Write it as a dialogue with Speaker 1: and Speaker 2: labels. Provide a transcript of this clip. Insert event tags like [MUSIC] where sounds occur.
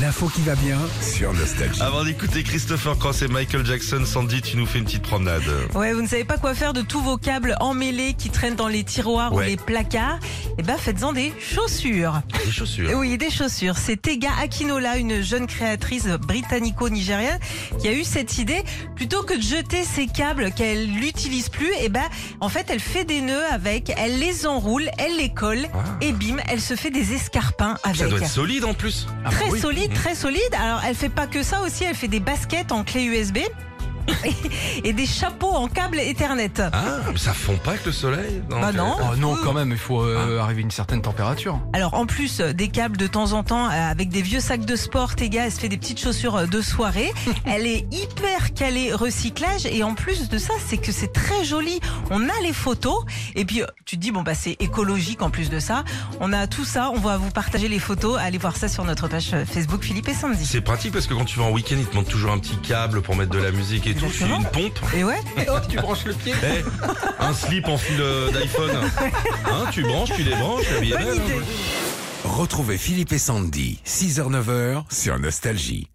Speaker 1: L'info qui va bien sur Nostalgie.
Speaker 2: Avant d'écouter Christopher Cross et Michael Jackson, Sandy, tu nous fais une petite promenade.
Speaker 3: Ouais, vous ne savez pas quoi faire de tous vos câbles emmêlés qui traînent dans les tiroirs
Speaker 2: Ouais.
Speaker 3: ou les placards. Eh ben, faites-en des chaussures.
Speaker 2: Des chaussures.
Speaker 3: Eh Oui, des chaussures. C'est Tega Akinola, une jeune créatrice britannico-nigérienne, qui a eu cette idée. Plutôt que de jeter ses câbles qu'elle n'utilise plus, eh ben, en fait, elle fait des nœuds avec, elle les enroule, elle les colle, et bim, elle se fait des escarpins avec.
Speaker 2: Ah. Ça doit être solide en plus.
Speaker 3: Très solide, très solide. Alors, elle fait pas que ça aussi, elle fait des baskets en clé USB [LAUGHS] et- et des chapeaux en câble Ethernet.
Speaker 2: Ah, mais ça fond pas avec le soleil non,
Speaker 3: Bah
Speaker 2: tu-
Speaker 3: non.
Speaker 4: Oh non, quand même, il faut euh, arriver à une certaine température.
Speaker 3: Alors, en plus euh, des câbles de temps en temps euh, avec des vieux sacs de sport, Tega, elle se fait des petites chaussures euh, de soirée. Elle est hyper calée recyclage et en plus de ça, c'est que c'est très joli. On a les photos et puis euh, tu te dis, bon, bah, c'est écologique en plus de ça. On a tout ça, on va vous partager les photos. Allez voir ça sur notre page euh, Facebook Philippe et Sandy.
Speaker 2: C'est pratique parce que quand tu vas en week-end, ils te montrent toujours un petit câble pour mettre de la musique et tout. Je suis une pompe.
Speaker 3: Et ouais,
Speaker 4: tu branches le pied
Speaker 2: Eh, un slip en fil euh, d'iPhone.
Speaker 3: [LAUGHS]
Speaker 2: Hein, tu branches, tu débranches, la vie est belle, hein.
Speaker 1: Retrouvez Philippe et Sandy, 6h-9h sur Nostalgie.